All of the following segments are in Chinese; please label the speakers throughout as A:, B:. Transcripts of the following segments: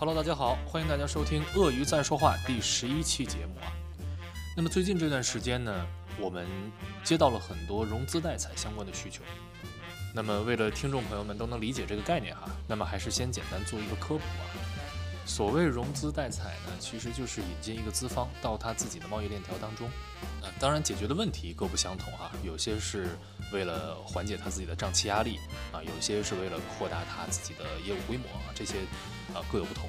A: 大家好，欢迎大家收听《鳄鱼在说话》第十一期节目啊。那么最近这段时间呢，我们接到了很多融资代采相关的需求。那么为了听众朋友们都能理解这个概念哈，那么还是先简单做一个科普啊。所谓融资代采呢，其实就是引进一个资方到他自己的贸易链条当中。呃，当然解决的问题各不相同哈、有些是为了缓解他自己的账期压力啊，有些是为了扩大他自己的业务规模啊，这些啊各有不同。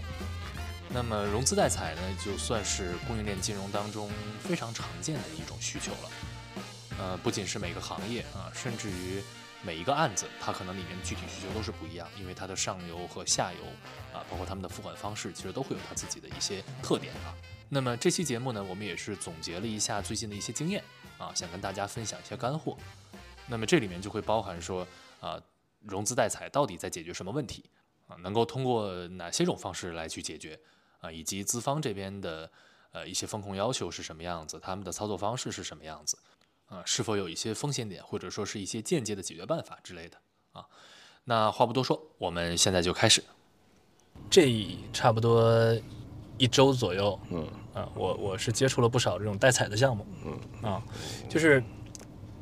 A: 那么融资代采呢，就算是供应链金融当中非常常见的一种需求了。呃，不仅是每个行业啊，甚至于每一个案子，它可能里面具体需求都是不一样，因为它的上游和下游啊，包括他们的付款方式，其实都会有它自己的一些特点啊。那么这期节目呢，我们也是总结了一下最近的一些经验啊，想跟大家分享一些干货。那么这里面就会包含说啊，融资代采到底在解决什么问题啊？能够通过哪些种方式来去解决啊？以及资方这边的呃一些风控要求是什么样子，他们的操作方式是什么样子啊？是否有一些风险点，或者说是一些间接的解决办法之类的啊？那话不多说，我们现在就开始。这差不多一周左右，
B: 嗯
A: 啊，我我是接触了不少这种代采的项目，嗯啊，就是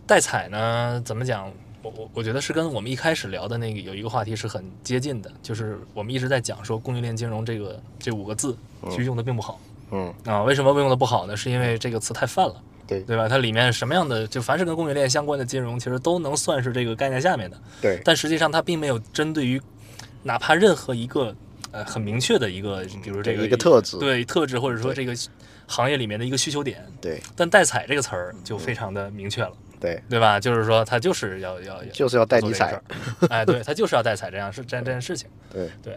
A: 代采呢，怎么讲？我我我觉得是跟我们一开始聊的那个有一个话题是很接近的，就是我们一直在讲说供应链金融这个这五个字，其实用的并不好
B: 嗯
A: 啊。为什么用的不好呢？是因为这个词太泛了，
B: 对
A: 对吧？它里面什么样的就凡是跟供应链相关的金融，其实都能算是这个概念下面的。
B: 对，
A: 但实际上它并没有针对于哪怕任何一个呃很明确的一个，比如这个
B: 一个特质
A: 对特质或者说这
B: 对
A: 个行业里面的一个需求点。
B: 对
A: 但代采这个词儿
B: 嗯
A: 就非常的明确了。
B: 对，
A: 对吧？就是说，他就是要要要
B: 就是要带
A: 做
B: 你
A: 这个
B: 踩
A: 事儿，哎，对他就是要带彩这样事这样这件事情，
B: 对
A: 对。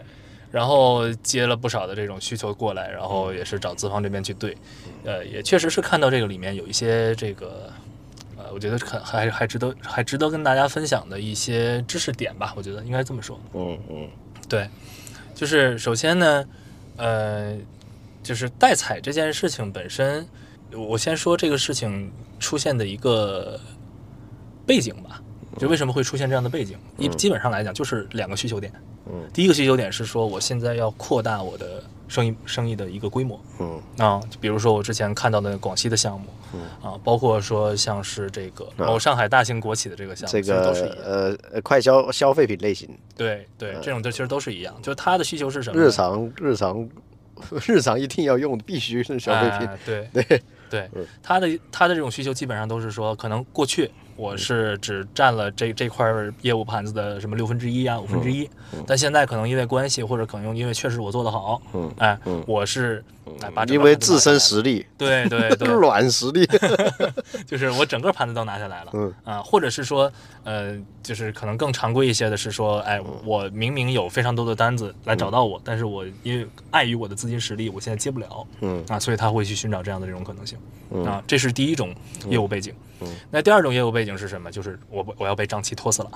A: 然后接了不少的这种需求过来，然后也是找资方这边去对，呃，也确实是看到这个里面有一些这个，呃，我觉得很还还值得还值得跟大家分享的一些知识点吧，我觉得应该这么说。
B: 嗯嗯
A: 对，就是首先呢，呃，就是代采这件事情本身，我先说这个事情出现的一个背景吧，
B: 嗯
A: 就为什么会出现这样的背景？一基本上来讲就是两个需求点。
B: 嗯
A: 第一个需求点是说，我现在要扩大我的生意生意的一个规模，
B: 嗯
A: 啊，就比如说我之前看到的广西的项目，啊，包括说像是这个某上海大型国企的这个项目，
B: 啊这
A: 其实
B: 个
A: 都是一样。
B: 呃呃快消消费品类型，
A: 对对，这种都其实都是一样，就是它的需求是什么呢？
B: 日常日常日常一定要用，必须是消费品。嗯
A: 啊、 对对对，他的他的这种需求基本上都是说，可能过去
B: 嗯
A: 我是只占了这这块儿业务盘子的什么六分之一啊、五分之一，但现在可能因为关系或者可能因为确实我做得好，
B: 嗯
A: 哎，我是哎把整
B: 因
A: 个
B: 为
A: 盘子拿
B: 自身
A: 下来
B: 实力，
A: 对对对，
B: 软实力，
A: 就是我整个盘子都拿下来了，
B: 嗯
A: 啊，或者是说，呃，就是可能更常规一些的是说，哎，
B: 嗯
A: 我明明有非常多的单子来找到我，但是我因为碍于我的资金实力，我现在接不了，
B: 嗯
A: 啊，所以他会去寻找这样的这种可能性，
B: 嗯
A: 啊，这是第一种业务背景。那第二种业务背景是什么？就是我我要被账期拖死了，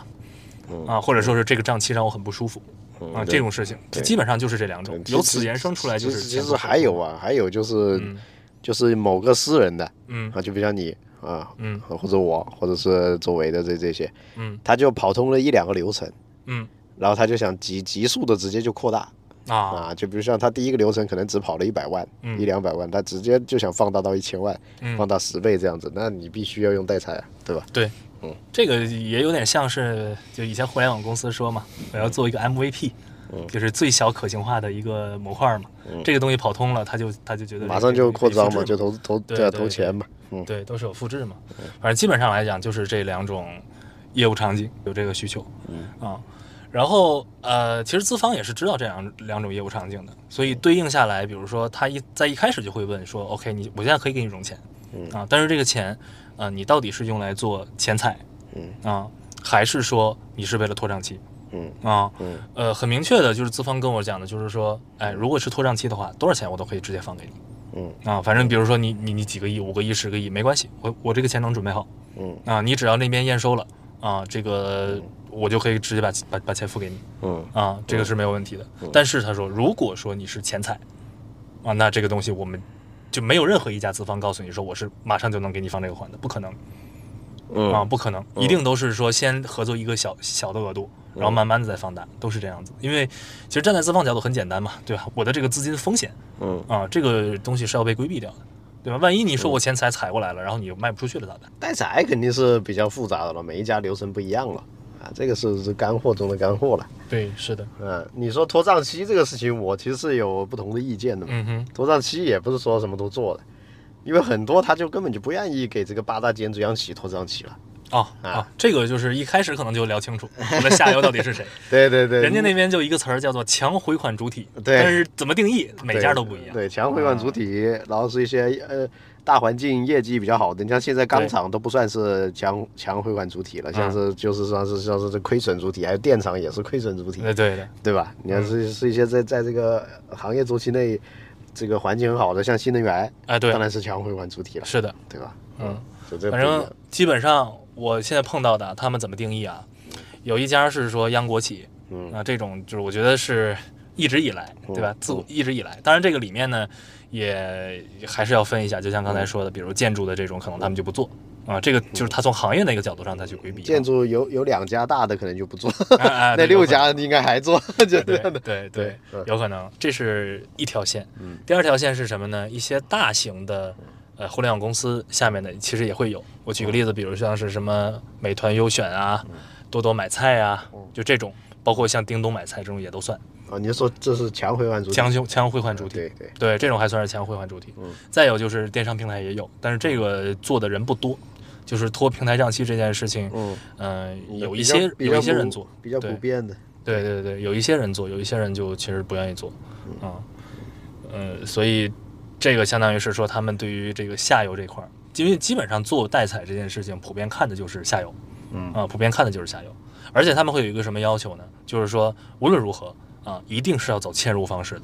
B: 嗯
A: 啊，或者说是这个账期让我很不舒服，
B: 嗯
A: 啊，
B: 对
A: 这种事情，
B: 对
A: 基本上就是这两种，
B: 其
A: 由
B: 实
A: 此延伸出来就
B: 其
A: 是
B: 实
A: 前
B: 其
A: 后
B: 实
A: 后
B: 还有啊，还有就是
A: 嗯
B: 就是某个私人的
A: 嗯
B: 啊，就比如像你啊，
A: 嗯
B: 或者我，或者是周围的这这些，
A: 嗯
B: 他就跑通了一两个流程，
A: 嗯
B: 然后他就想急急速的直接就扩大，
A: 啊
B: 啊，就比如像他第一个流程可能只跑了一百万、
A: 嗯
B: 一两百万，他直接就想放大到一千万，
A: 嗯
B: 放大十倍这样子，那你必须要用代采啊，对吧？
A: 对，
B: 嗯
A: 这个也有点像是就以前互联网公司说嘛，我要做一个 MVP，、就是
B: 嗯
A: 最小可行化的一个模块嘛。这个东西跑通了，他就他就觉得
B: 马上就扩张嘛，
A: 这
B: 就
A: 个
B: 投投
A: 对
B: 啊
A: 对
B: 投钱嘛，
A: 可以复制嘛
B: 嗯
A: 对都是有复制嘛。反正基本上来讲，就是这两种业务场景有这个需求，嗯啊。然后，呃，其实资方也是知道这两两种业务场景的，所以对应下来，比如说他一在一开始就会问说，OK，你我现在可以给你融钱，
B: 嗯
A: 啊，但是这个钱，呃，你到底是用来做钱财，
B: 嗯
A: 啊，还是说你是为了拖账期
B: 嗯
A: 啊？
B: 嗯
A: 呃，很明确的就是资方跟我讲的，就是说，哎，如果是拖账期的话，多少钱我都可以直接放给你
B: 嗯
A: 啊。反正比如说你你你几个亿、五个亿、十个亿没关系，我我这个钱能准备好
B: 嗯
A: 啊，你只要那边验收了啊，这个我就可以直接把把把钱付给你
B: 嗯
A: 啊，这个是没有问题的。但是他说，如果说你是钱财啊，那这个东西我们就没有任何一家资方告诉你说我是马上就能给你放这个款的，不可能。啊，
C: 嗯
A: 不可能，
C: 嗯
A: 一定都是说先合作一个小小的额度，然后
C: 嗯
A: 慢慢的再放大，都是这样子。因为其实站在资方角度很简单嘛，对吧？我的这个资金风险
C: 嗯
A: 啊，这个东西是要被规避掉的，对吧？万一
B: 嗯
A: 你说我钱财采过来了，然后你又卖不出去了咋办？
B: 代采肯定是比较复杂的了，每一家流程不一样了啊，这个是是干货中的干货了。
A: 对，是的，
B: 嗯，你说拖账期这个事情，我其实是有不同的意见的嘛。
A: 嗯哼，
B: 拖账期也不是说什么都做的，因为很多他就根本就不愿意给这个八大间中央企拖账期了。
A: 哦啊
B: 啊，
A: 这个就是一开始可能就聊清楚我的下游到底是 谁，
B: 对对对，
A: 人家那边就一个词儿叫做强回款主体，
B: 对
A: 但是怎么定义，每
B: 对
A: 家都不一样。啊
B: 对，强回款主体，然后是一些呃大环境业绩比较好的，你像现在钢厂都不算是强强回款主体了，
A: 啊
B: 像是就是算是像是这亏损主体，还有电厂也是亏损主体，
A: 对对的，
B: 对吧？你看
A: 嗯
B: 是是一些在在这个行业周期内这个环境很好的，像新能源，
A: 哎对
B: 当，然是强回款主体了，
A: 是的，
B: 对吧？
A: 嗯。
B: 就这不
A: 反
B: 一样，
A: 正基本上我现在碰到的，他们怎么定义啊？有一家是说央国企，
B: 嗯
A: 那这种就是我觉得是一直以来，对吧
B: 嗯？
A: 自我一直以来，当然这个里面呢，也还是要分一下，就像刚
B: 嗯
A: 才说的，比如建筑的这种，可能他们就不做啊，这个就是他从行业那个角度上他去规避啊
B: 建筑有有两家大的可能就不做，
A: 哎哎 对
B: 那
A: 有
B: 六
A: 可能
B: 家应该还做， 就这
A: 对
B: 样的。
A: 对对
B: 对嗯
A: 有可能，这是一条线。
B: 嗯
A: 第二条线是什么呢？一些大型的呃互联网公司下面的其实也会有。我举个例子，比如像是什么美团优选啊、
B: 嗯
A: 多多买菜啊，就这种，包括像叮咚买菜这种也都算
B: 啊，你是说这是强回款主体？
A: 强强强回款主体。
B: 嗯对对，
A: 对，这种还算是强回款主体。
B: 嗯
A: 再有就是电商平台也有，但是这个做的人不多，就是拖平台账期这件事情，
B: 嗯，
A: 嗯、有
B: 比
A: 一
B: 较
A: 些
B: 比较
A: 有一些
B: 普
A: 人做，
B: 比较
A: 对
B: 普 遍的。
A: 对对对，有一些人做，有一些人就其实不愿意做，
B: 嗯
A: 啊，呃，所以这个相当于是说他们对于这个下游这块儿，因为基本上做代采这件事情，普遍看的就是下游，
B: 嗯
A: 啊，普遍看的就是下游，而且他们会有一个什么要求呢？就是说无论如何啊，一定是要走嵌入方式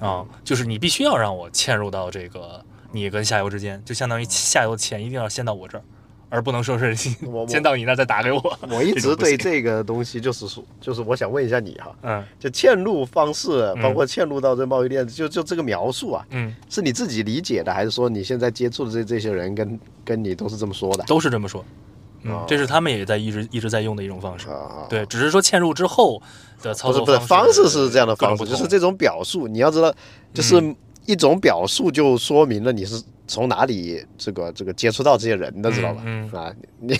A: 的，啊，就是你必须要让我嵌入到这个你跟下游之间，就相
B: 嗯
A: 当于下游的钱一定要先到我这儿，而不能说是
B: 我 我
A: 先到你那儿再打给我。
B: 我一
A: 这种
B: 直
A: 不
B: 对
A: 行
B: 这个东西就是说，就是我想问一下你哈，
A: 嗯
B: 就嵌入方式，包括嵌入到这贸易链，就就这个描述啊，
A: 嗯，
B: 是你自己理解的，还是说你现在接触的这这些人跟跟你都是这么说的？
A: 都是这么说。嗯
B: 哦，
A: 这是他们也在一直一直在用的一种方式。
B: 啊，
A: 对，只是说嵌入之后的操
B: 不是
A: 作
B: 不是，方式是这样的
A: 各
B: 方
A: 种
B: 式，
A: 不
B: 就是
A: 同嗯
B: 这种表述，你要知道，就是一种表述就说明了你是从哪里这个这个接触到这些人的，知道吧？
A: 嗯
B: 啊，你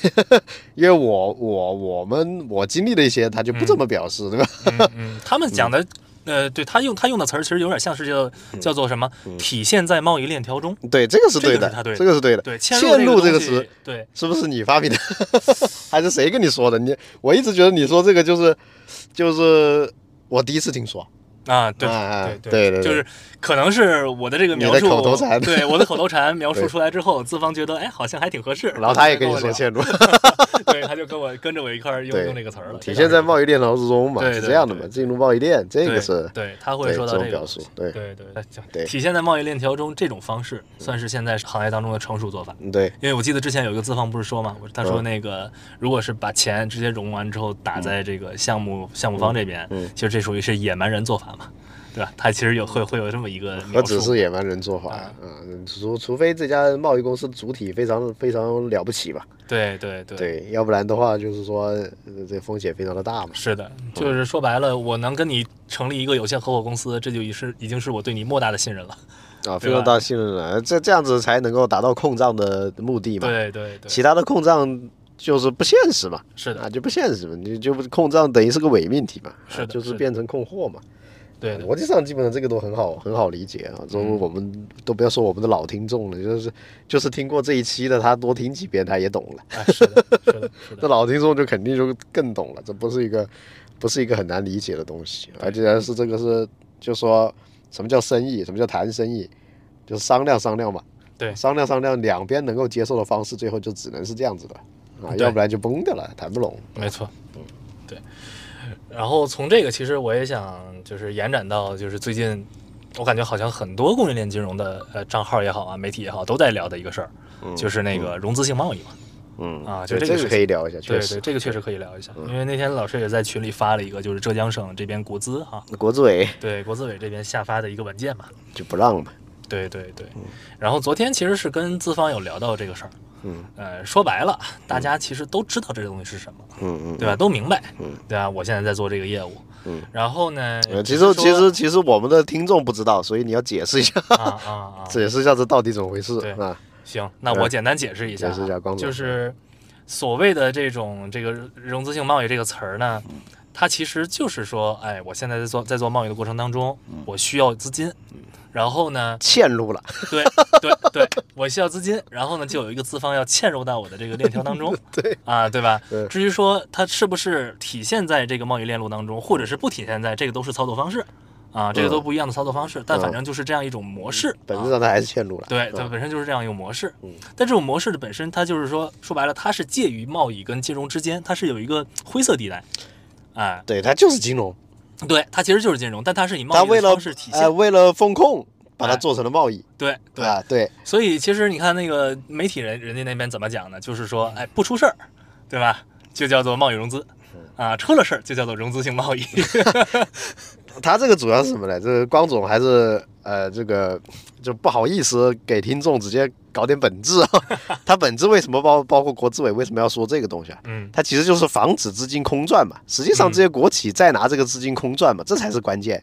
B: 因为我我我们我经历的一些，他就不这么表示，对吧？
A: 嗯嗯，他们讲的，呃，对他用他用的词儿其实有点像是叫
B: 嗯
A: 叫做什么，体现在贸易链条中。
B: 对，这个是对
A: 这个
B: 的
A: 是他对的，
B: 这个是对的。
A: 对，
B: 嵌
A: 入
B: 入
A: 这
B: 这个
A: 东西
B: 词，
A: 对，
B: 是不是你发明的， 还是谁跟你说的？你我一直觉得你说这个就是就是我第一次听说，
A: 啊，对
B: 啊啊
A: 对
B: 对对对
A: 就是可能是我的这个
B: 你
A: 描
B: 的
A: 述，
B: 口头禅
A: 对我的口头 禅描述
B: 对
A: 出来之后，资方觉得哎好像还挺合适，
B: 然后他也跟你说
A: 就
B: 嵌入，
A: 跟我聊 对，他就跟我跟着我一块儿用
B: 对
A: 用这个词儿了，
B: 体现在
A: 易
B: 贸易链条之中嘛，
A: 对
B: 是
A: 对
B: 这样的嘛
A: 对，
B: 进入贸易链这个是
A: 对，他会
B: 对
A: 说
B: 这
A: 到
B: 种
A: 这个
B: 表。述，对
A: 对对
B: 对
A: 哎体现在贸易链条中这种方式，算是现在行业当中的成熟做法。
B: 嗯对
A: 因为我记得之前有一个资方不是说嘛，我他说
B: 嗯
A: 那个如果是把钱直接融完之后打在这个项目项目方这边
B: 嗯，
A: 其实这属于是野蛮人做法嘛，对吧？他其实有会会有这么一个
B: 我
A: 描
B: 只
A: 述
B: 是。野蛮人做法
A: 啊
B: 啊，嗯除除非这家贸易公司主体非常非常了不起吧，
A: 对对对，
B: 对，要不然的话就是说呃这风险非常的大嘛，
A: 是的，
B: 嗯
A: 就是说白了，我能跟你成立一个有限合伙公司，这就已是已经是我对你莫大的信任了。对
B: 啊，非常
A: 吧
B: 大信任了，这这样子才能够达到控账的目的嘛，
A: 对对对，
B: 其他的控账就是不现实嘛，
A: 是的
B: 啊，，就不现实嘛，你就不控账等于是个伪命题嘛，啊
A: 是的
B: 就是是
A: 的
B: 变成控货嘛，
A: 对的，
B: 逻辑上基本上这个都很好，很好理解啊。这我们都不要说我们的老听众了，就是就是听过这一期的，他多听几遍他也懂了。
A: 哎是的，是的，是
B: 这
A: 的，
B: 老听众就肯定就更懂了，这不是一个不是一个很难理解的东西，而且是这个是就说什么叫生意，什么叫谈生意，就是商量商量嘛。
A: 对
B: 商量商量，两边能够接受的方式，最后就只能是这样子的啊，
A: 对
B: 要不然就崩掉了，谈不拢。
A: 没错，对。然后从这个，其实我也想就是延展到，就是最近我感觉好像很多供应链金融的呃账号也好啊，媒体也好，都在聊的一个事儿，就是那个融资性贸易嘛。
B: 嗯
A: 啊就
B: 对
A: 这个
B: 这
A: 事
B: 个可以聊一下，
A: 对
B: 确
A: 对，
B: 实。
A: 这个确实可以聊一下，因为那天老师也在群里发了一个，就是浙江省这边国资哈、
B: 国资委
A: 对国资委这边下发的一个文件嘛。
B: 就不让嘛，
A: 对对对，然后昨天其实是跟资方有聊到这个事儿，
B: 嗯，
A: 呃，说白了，大家其实都知道这个东西是什么，
B: 嗯嗯，
A: 对吧？都明白
B: 嗯，
A: 对吧？我现在在做这个业务，
B: 嗯，
A: 然后呢，
B: 呃，其
A: 只
B: 实
A: 是
B: 其
A: 说
B: 实其实我们的听众不知道，所以你要解释一下，
A: 啊啊啊，
B: 解释一 下这到底怎么回事
A: 对
B: 啊？
A: 行，那我简单解释一下啊，
B: 解释一下光总
A: 就是所谓的这种这个融资性贸易这个词儿呢，它其实就是说，哎，我现在在做在做贸易的过程当中，
B: 嗯
A: 我需要资金，然后呢，
B: 嵌入了，
A: 对对对，我需要资金，然后呢，就有一个资方要嵌入到我的这个链条当中，
B: 对
A: 啊，对吧
B: 对？
A: 至于说它是不是体现在这个贸易链路当中，或者是不体现在，这个都是操作方式。啊，这个都不一样的操作方式，但反正就是这样一种模式。
B: 嗯本
A: 啊
B: 质上它还是嵌入了。
A: 对，它
B: 嗯
A: 本身就是这样一个模式。
B: 嗯
A: 但这种模式的本身，它就是说，说白了，它是介于贸易跟金融之间，它是有一个灰色地带。哎，
B: 对，它就是金融，
A: 对，它其实就是金融，但它是以贸
B: 它
A: 易
B: 为
A: 的
B: 了
A: 方式体现。
B: 呃为了风控，把它
A: 哎
B: 做成了贸易，
A: 对对，
B: 啊，对，
A: 所以其实你看那个媒体人人家那边怎么讲呢？就是说，哎，不出事儿，对吧？就叫做贸易融资。
B: 嗯
A: 啊，出了事儿就叫做融资性贸易。
B: 他这个主要是什么呢？ 这个光总还是呃，这个就不好意思给听众直接搞点本 质啊。他本质为什么包包括国资委为什么要说这个东西啊？
A: 嗯，
B: 它其实就是防止资金空转嘛。实际上，这些国企在拿这个资金空转嘛，这才是关键。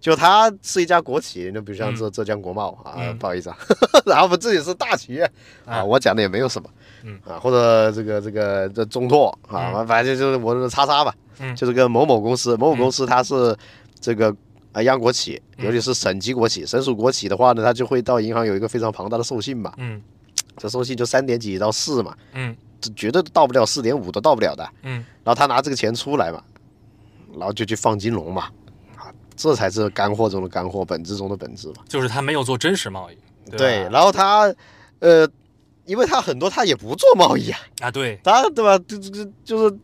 B: 就它是一家国企，那比如像浙浙江国贸啊，
A: 嗯
B: 不好意思啊， 然后我们自己是大企业啊，
A: 啊
B: 我讲的也没有什么，
A: 嗯
B: 啊，或者这个这个这中拓啊，
A: 嗯
B: 反正就是我的叉叉吧，
A: 嗯
B: 就是跟某某公司，某某公司它是这个。啊，央国企，
A: 嗯
B: 尤其是省级国企、省属国企的话呢，它就会到银行有一个非常庞大的授信嘛，
A: 嗯
B: 这授信就三点几到四嘛，
A: 嗯
B: 这绝对到不了四点五都到不了的。
A: 嗯
B: 然后他拿这个钱出来嘛，然后就去放金融嘛，啊，这才是干货中的干货，本质中的本质嘛。
A: 就是他没有做真实贸易。
B: 对，
A: 对啊吧
B: 然后他，呃，因为他很多他也不做贸易啊，
A: 啊，对，
B: 他对吧？这这这就是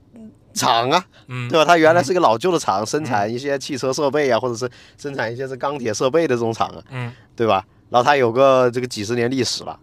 B: 厂啊，
A: 嗯，
B: 对吧？他原来是一个老旧的厂，生产一些汽车设备啊，或者是生产一些是钢铁设备的这种厂啊，
A: 嗯
B: 对吧？然后它有个这个几十年历史了，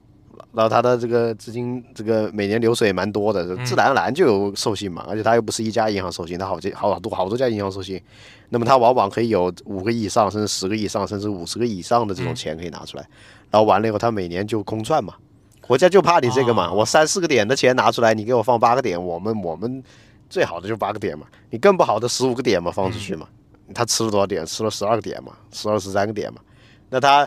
B: 然后它的这个资金这个每年流水也蛮多的，
A: 嗯
B: 自然而然就有授信嘛。而且它又不是一家银行授信，它好几好多好多家银行授信，那么它往往可以有五个亿以上，甚至十个亿以上，甚至五十个亿以上的这种
A: 嗯
B: 钱可以拿出来。然后完了以后，它每年就空转嘛。国家就怕你这个嘛，
A: 啊
B: 我三四个点的钱拿出来，你给我放八个点，我们我们最好的就八个点嘛，你更不好的十五个点嘛放出去嘛，他吃了多少点？吃了十二个点嘛，十二十三个点嘛，那他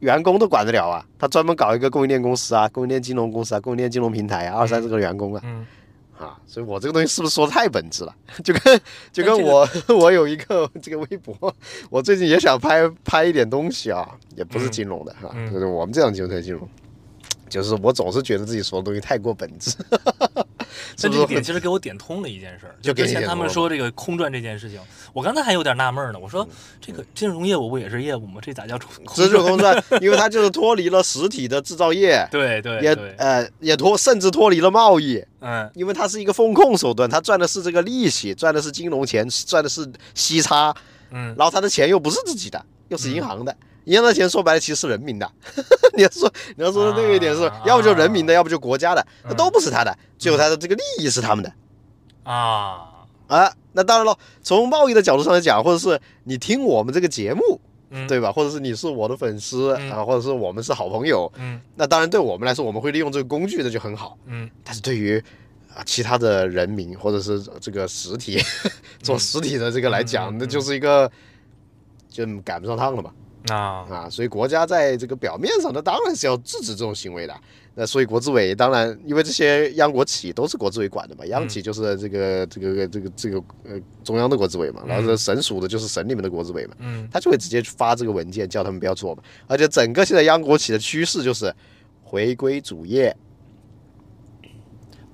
B: 员工都管得了啊，他专门搞一个供应链公司啊，供应链金融公司啊，供应链金融平台啊，二三十个员工啊，
A: 嗯，
B: 啊，所以我这个东西是不是说得太本质了？ 就跟就跟
A: 但这个
B: 我 我有一个 这个微博，我最近也想拍拍一点东西啊，也不是
A: 嗯
B: 金融的哈、
A: 嗯
B: 就是我们这样金融才金融，就是我总是觉得自己说的东西太过本质， 是
A: 但这
B: 不是
A: 个
B: 会
A: 点？其实给我点通了一件事儿，
B: 就给
A: 之
B: 你
A: 前
B: 点
A: 他
B: 通
A: 们
B: 了
A: 说这个空转这件事情，我刚才还有点纳闷儿呢。我
B: 嗯
A: 说这个金融业务不也是业务吗？这咋叫空空
B: 直觉
A: 转？
B: 空转， 因为它就是脱离了实体的制造业，
A: 对对
B: 也
A: 对，
B: 呃也脱甚至脱离了贸易，
A: 嗯
B: 因为它是一个风控手段，它赚的是这个利息，赚的是金融钱，赚的是息差，
A: 嗯，
B: 然后他的钱又不是自己的，又是银行的，银行的钱说白了其实是人民的。 你要说你要说的那个一点是，
A: 啊
B: 要不就人民的，要不就国家的，那
A: 嗯
B: 都不是他的，只有他的这个利益是他们的
A: 啊，
B: 啊。那当然了，从贸易的角度上来讲，或者是你听我们这个节目，
A: 嗯，
B: 对吧？或者是你是我的粉丝
A: 嗯
B: 啊，或者是我们是好朋友，
A: 嗯
B: 那当然对我们来说，我们会利用这个工具，那就很好。
A: 嗯
B: 但是对于啊其他的人民或者是这个实体 做实体的这个来讲，
A: 嗯嗯嗯
B: 那
A: 嗯
B: 就是一个就赶不上趟了嘛
A: 啊，
B: 啊！所以国家在这个表面上，那当然是要制止这种行为的。那所以国资委当然，因为这些央国企都是国资委管的嘛，央企
A: 嗯
B: 就是这个这个这个这个呃中央的国资委嘛，然后这省属的就是省里面的国资委嘛，
A: 嗯
B: 他就会直接发这个文件叫他们不要做嘛。而且整个现在央国企的趋势就是回归主业，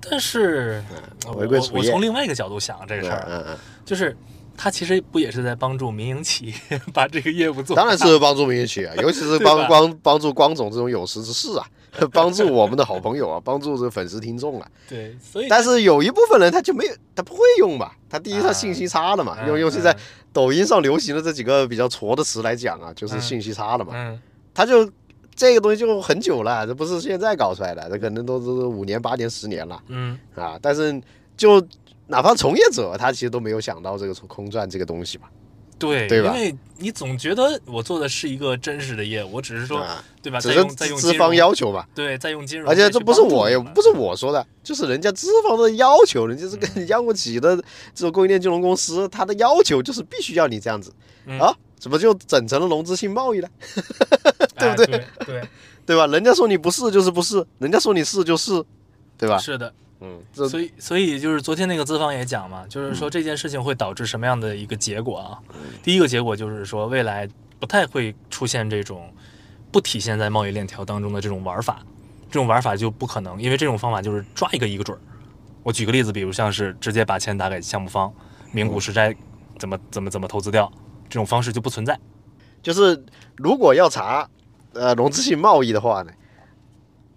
A: 但是我
B: 回归
A: 我
B: 主
A: 我
B: 业
A: 从另外一个角度想这个事儿，啊
B: 嗯嗯。
A: 就是他其实不也是在帮助民营企业 把这个业务做？
B: 当然，是帮助民营企业，啊尤其是
A: 对
B: 帮
A: 吧
B: 帮帮助光总这种有识之士啊，帮助我们的好朋友啊，帮助这粉丝听众啊。
A: 对，所以
B: 但是有一部分人他就没有，他不会用嘛，他第一他
A: 啊
B: 信息差了嘛，
A: 嗯
B: 用用现在
A: 嗯
B: 抖音上流行的这几个比较挫的词来讲啊，就是
A: 嗯
B: 信息差了嘛，
A: 嗯
B: 他就这个东西就很久了，这不是现在搞出来的，这可能都都是五年、八年、十年了
A: 嗯
B: 啊。但是就哪怕从业者，他其实都没有想到这个空转这个东西嘛。
A: 对，
B: 对吧
A: 因为你总觉得我做的是一个真实的业务，我只是说，
B: 啊
A: 对吧？
B: 只
A: 再
B: 是
A: 用再用
B: 资
A: 金融
B: 方要求嘛。
A: 对，再用金融
B: 而
A: 再去帮助你们，
B: 且这不是我，也不是我说的，就是人家资方的要求，人家这
A: 嗯
B: 个央国企的这种供应链金融公司，它的要求就是必须要你这样子
A: 嗯
B: 啊，怎么就整成了融资性贸易了，
A: 哎
B: 对不
A: 对？ 对，
B: 对吧？人家说你不是就是不是，人家说你是就是，对吧？
A: 是的。
B: 嗯，这
A: 所以，所以就是昨天那个资方也讲嘛，就是
B: 嗯
A: 说这件事情会导致什么样的一个结果啊？第一个结果就是说，未来不太会出现这种不体现在贸易链条当中的这种玩法，这种玩法就不可能，因为这种方法就是抓一个一个准儿。我举个例子，比如像是直接把钱打给项目方，名
B: 嗯
A: 股实债怎么怎么怎么投资掉，这种方式就不存在。
B: 就是如果要查呃融资性贸易的话呢，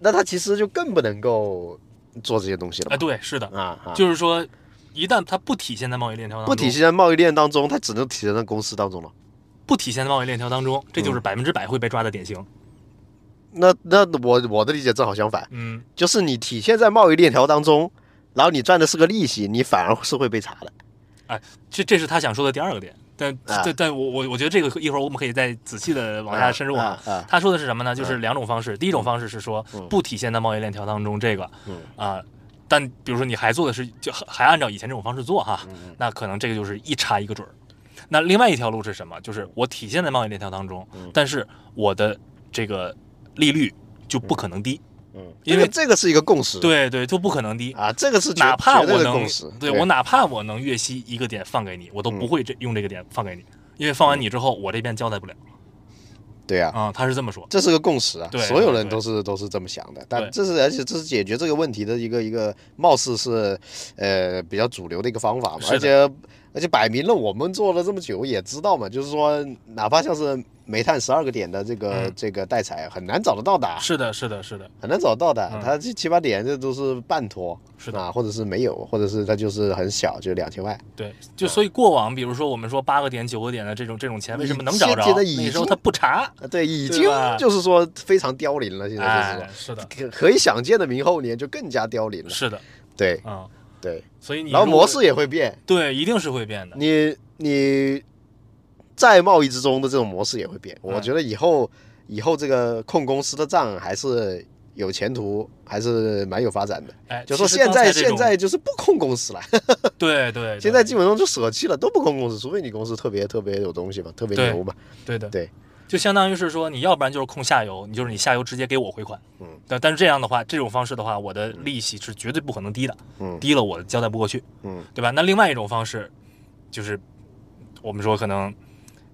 B: 那他其实就更不能够做这些东西了
A: 啊，
B: 嘛
A: 对，是的，
B: 啊啊，
A: 就是说，一旦它不体现在贸易链条当
B: 不
A: 中，
B: 体现在贸易链当中，它只能体现在公司当中了。
A: 不体现在贸易链条当中，这就是
B: 嗯
A: 百分之百会被抓的典型。
B: 那那我我的理解正好相反，
A: 嗯，
B: 就是你体现在贸易链条当中，然后你赚的是个利息，你反而是会被查的。
A: 这这是他想说的第二个点，但、
B: 啊
A: 但但我我我觉得这个一会儿我们可以再仔细的往下深入
B: 啊啊啊
A: 他说的是什么呢？就是两种方式，第一种方式是说
B: 嗯
A: 不体现在贸易链条当中这个啊、
B: 嗯
A: 但比如说你还做的是就还还按照以前这种方式做哈，
B: 嗯
A: 那可能这个就是一查一个准儿。那另外一条路是什么？就是我体现在贸易链条当中，
B: 嗯
A: 但是我的这个利率就不可能低，
B: 嗯，
A: 因
B: 因
A: 为
B: 为这个是一个共识。
A: 对对，就不可能低。
B: 啊，这个是绝
A: 哪怕
B: 绝对
A: 我
B: 的
A: 能
B: 共识。
A: 对嗯我哪怕我能月息一个点放给你，我都不会这用这个点放给你，因为放完你之后，我这边交代不了
B: 对啊，
A: 啊、他是这么说，
B: 这是个共识啊
A: 对，
B: 所有人
A: 对
B: 都是都是这么想的。
A: 对
B: 但这是而且这是解决这个问题的一个一个貌似是呃比较主流的一个方法嘛，
A: 是
B: 而且
A: 的
B: 而且摆明了我们做了这么久也知道嘛，就是说哪怕像是煤炭十二个点的这个、
A: 嗯
B: 这个代采很难找得到的啊，
A: 是的，是的，是的，
B: 很难找到的
A: 嗯，
B: 它这七八点这都是半拖，
A: 是的
B: 啊，或者是没有，或者是它就是很小，就两千万。
A: 对，就所以过往，比如说我们说八个点、九个点的这种这种钱，为什么能找着？
B: 现在已经
A: 那时候他不查，
B: 啊，对，已
A: 对
B: 经
A: 吧
B: 就是说非常凋零了，现在就是
A: 哎
B: 说，
A: 是的，
B: 可可以想见的，明后年就更加凋零了。
A: 是的，
B: 对
A: 嗯，
B: 对，
A: 所以你
B: 然后
A: 如果
B: 模式也会变，
A: 对，一定是会变的，
B: 你你在贸易之中的这种模式也会变。我
A: 嗯
B: 觉得以后以后这个控公司的账还是有前途，还是蛮有发展的。
A: 哎，
B: 就说
A: 其实
B: 现
A: 刚
B: 在
A: 才这
B: 现
A: 种
B: 在就是不控公司了，
A: 对对，对
B: 现在基本上就舍弃了，都不控公司，除非你公司特别特别有东西嘛，特别
A: 对
B: 牛嘛。
A: 对的，
B: 对，
A: 就相当于是说，你要不然就是控下游，你就是你下游直接给我回款，
B: 嗯，
A: 但但是这样的话，这种方式的话，我的利息是绝对不可能低的，
B: 嗯
A: 低了我交代不过去，
B: 嗯，
A: 对吧？那另外一种方式，就是我们说可能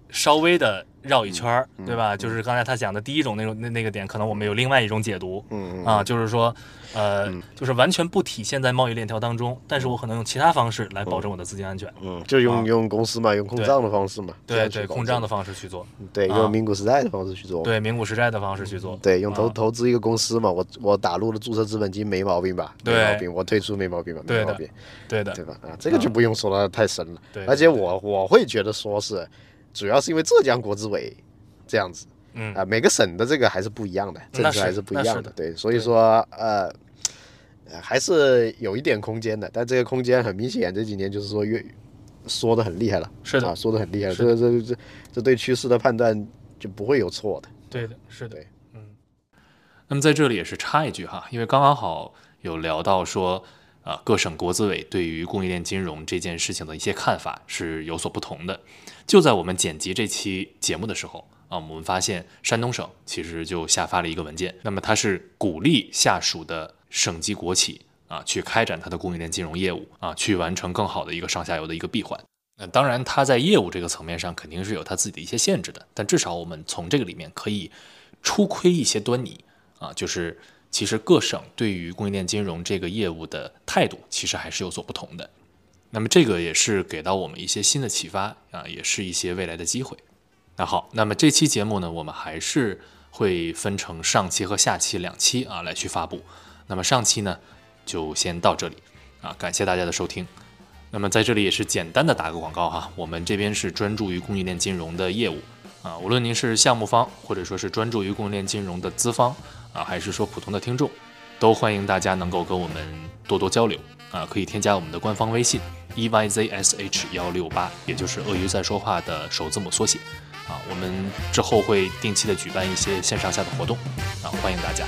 A: 稍微的绕一圈儿，
B: 嗯
A: 对吧？就是刚才他讲的第一种那种那那个点，可能我们有另外一种解读，
B: 嗯嗯嗯
A: 啊，就是说，呃，就是完全不体现在贸易链条当中，但是我可能用其他方式来保证我的资金安全，
B: 嗯，就用、
A: 啊
B: 用公司嘛，用控
A: 对
B: 账的方式嘛，这
A: 对
B: 样去
A: 对，
B: 搞
A: 控账的，方式去做，
B: 对，
A: 啊
B: 用名股时代的方式去做，
A: 对名股实债的方式去做，
B: 嗯对，用投、
A: 啊
B: 投资一个公司嘛，我我打入了注册资本金没毛病吧？
A: 对
B: 没毛病，我退出没毛病吧？
A: 对
B: 没
A: 的
B: 毛病，
A: 对的，
B: 对吧？啊，这个就不用说了，太深了。
A: 对
B: 而且我我会觉得说是，主要是因为浙江国资委这样子
A: 嗯
B: 啊，每个省的这个还是不一样的，政
A: 那
B: 策
A: 是
B: 还是不一
A: 那是
B: 样的
A: 的，
B: 对，所以说呃。呃还是有一点空间的，但这个空间很明显，这几年就是说越缩的很厉害了，
A: 是的
B: 啊，缩的很厉害了，
A: 是的
B: 这个这这这对趋势的判断就不会有错的。
A: 对的，是的
B: 对，
A: 嗯。那么在这里也是插一句哈，因为刚刚好有聊到说，呃，各省国资委对于供应链金融这件事情的一些看法是有所不同的。就在我们剪辑这期节目的时候啊，我们发现山东省其实就下发了一个文件，那么它是鼓励下属的省级国企啊去开展它的供应链金融业务啊，去完成更好的一个上下游的一个闭环。那当然，它在业务这个层面上肯定是有它自己的一些限制的，但至少我们从这个里面可以初窥一些端倪啊，就是其实各省对于供应链金融这个业务的态度其实还是有所不同的。那么这个也是给到我们一些新的启发啊，也是一些未来的机会。那好，那么这期节目呢，我们还是会分成上期和下期两期啊来去发布。那么上期呢，就先到这里啊，感谢大家的收听。那么在这里也是简单的打个广告哈，我们这边是专注于供应链金融的业务啊，无论您是项目方，或者说是专注于供应链金融的资方啊，还是说普通的听众，都欢迎大家能够跟我们多多交流
D: 啊，可以添加我们的官方微信 e y z s h 幺六八，也就是鳄鱼在说话的首字母缩写啊。我们之后会定期的举办一些线上下的活动啊，欢迎大家。